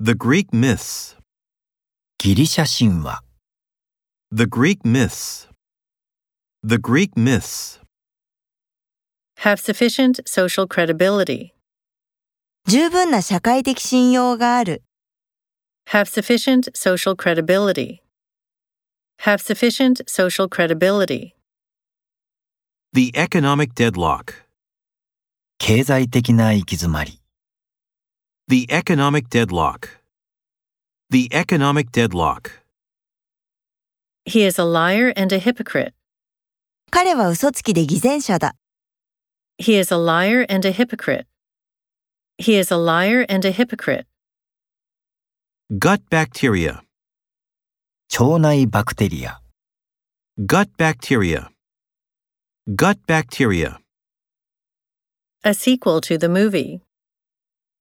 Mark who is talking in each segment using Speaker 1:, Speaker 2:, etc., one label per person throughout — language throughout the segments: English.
Speaker 1: The Greek myths.
Speaker 2: ギリシャ神話
Speaker 1: The Greek myths. The Greek myths.
Speaker 3: Have sufficient social credibility.
Speaker 4: 十分な社会的信用がある。
Speaker 3: Have sufficient social credibility. Have sufficient social credibility.
Speaker 1: The economic deadlock.
Speaker 2: 経済的な行き詰まり
Speaker 1: The economic deadlock. The economic deadlock.
Speaker 3: He is a liar and a hypocrite.
Speaker 4: 彼は嘘つきで偽善者だ。
Speaker 3: He is a liar and a hypocrite. He is a liar and a hypocrite.
Speaker 1: Gut bacteria.
Speaker 2: 腸内バクテリア
Speaker 1: Gut bacteria. Gut bacteria.
Speaker 3: A sequel to the movie.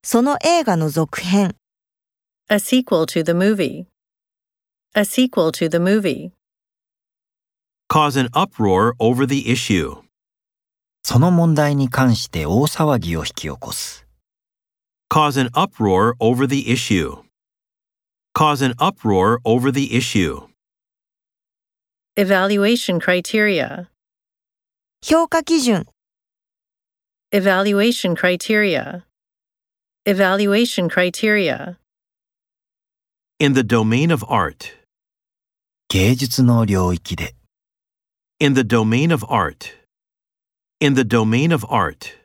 Speaker 4: その映画の続編。
Speaker 3: A sequel to the movie. A sequel to the movie.
Speaker 1: Cause an uproar over the issue.
Speaker 2: その問題に関して大騒ぎを引き起こす
Speaker 1: Cause an uproar over the issue. Cause an uproar over the issue.
Speaker 3: Evaluation criteria.
Speaker 4: 評価基準。
Speaker 3: Evaluation criteria. Evaluation criteria.
Speaker 1: In the domain of art.
Speaker 2: 芸術の領域で
Speaker 1: In the domain of art. In the domain of art.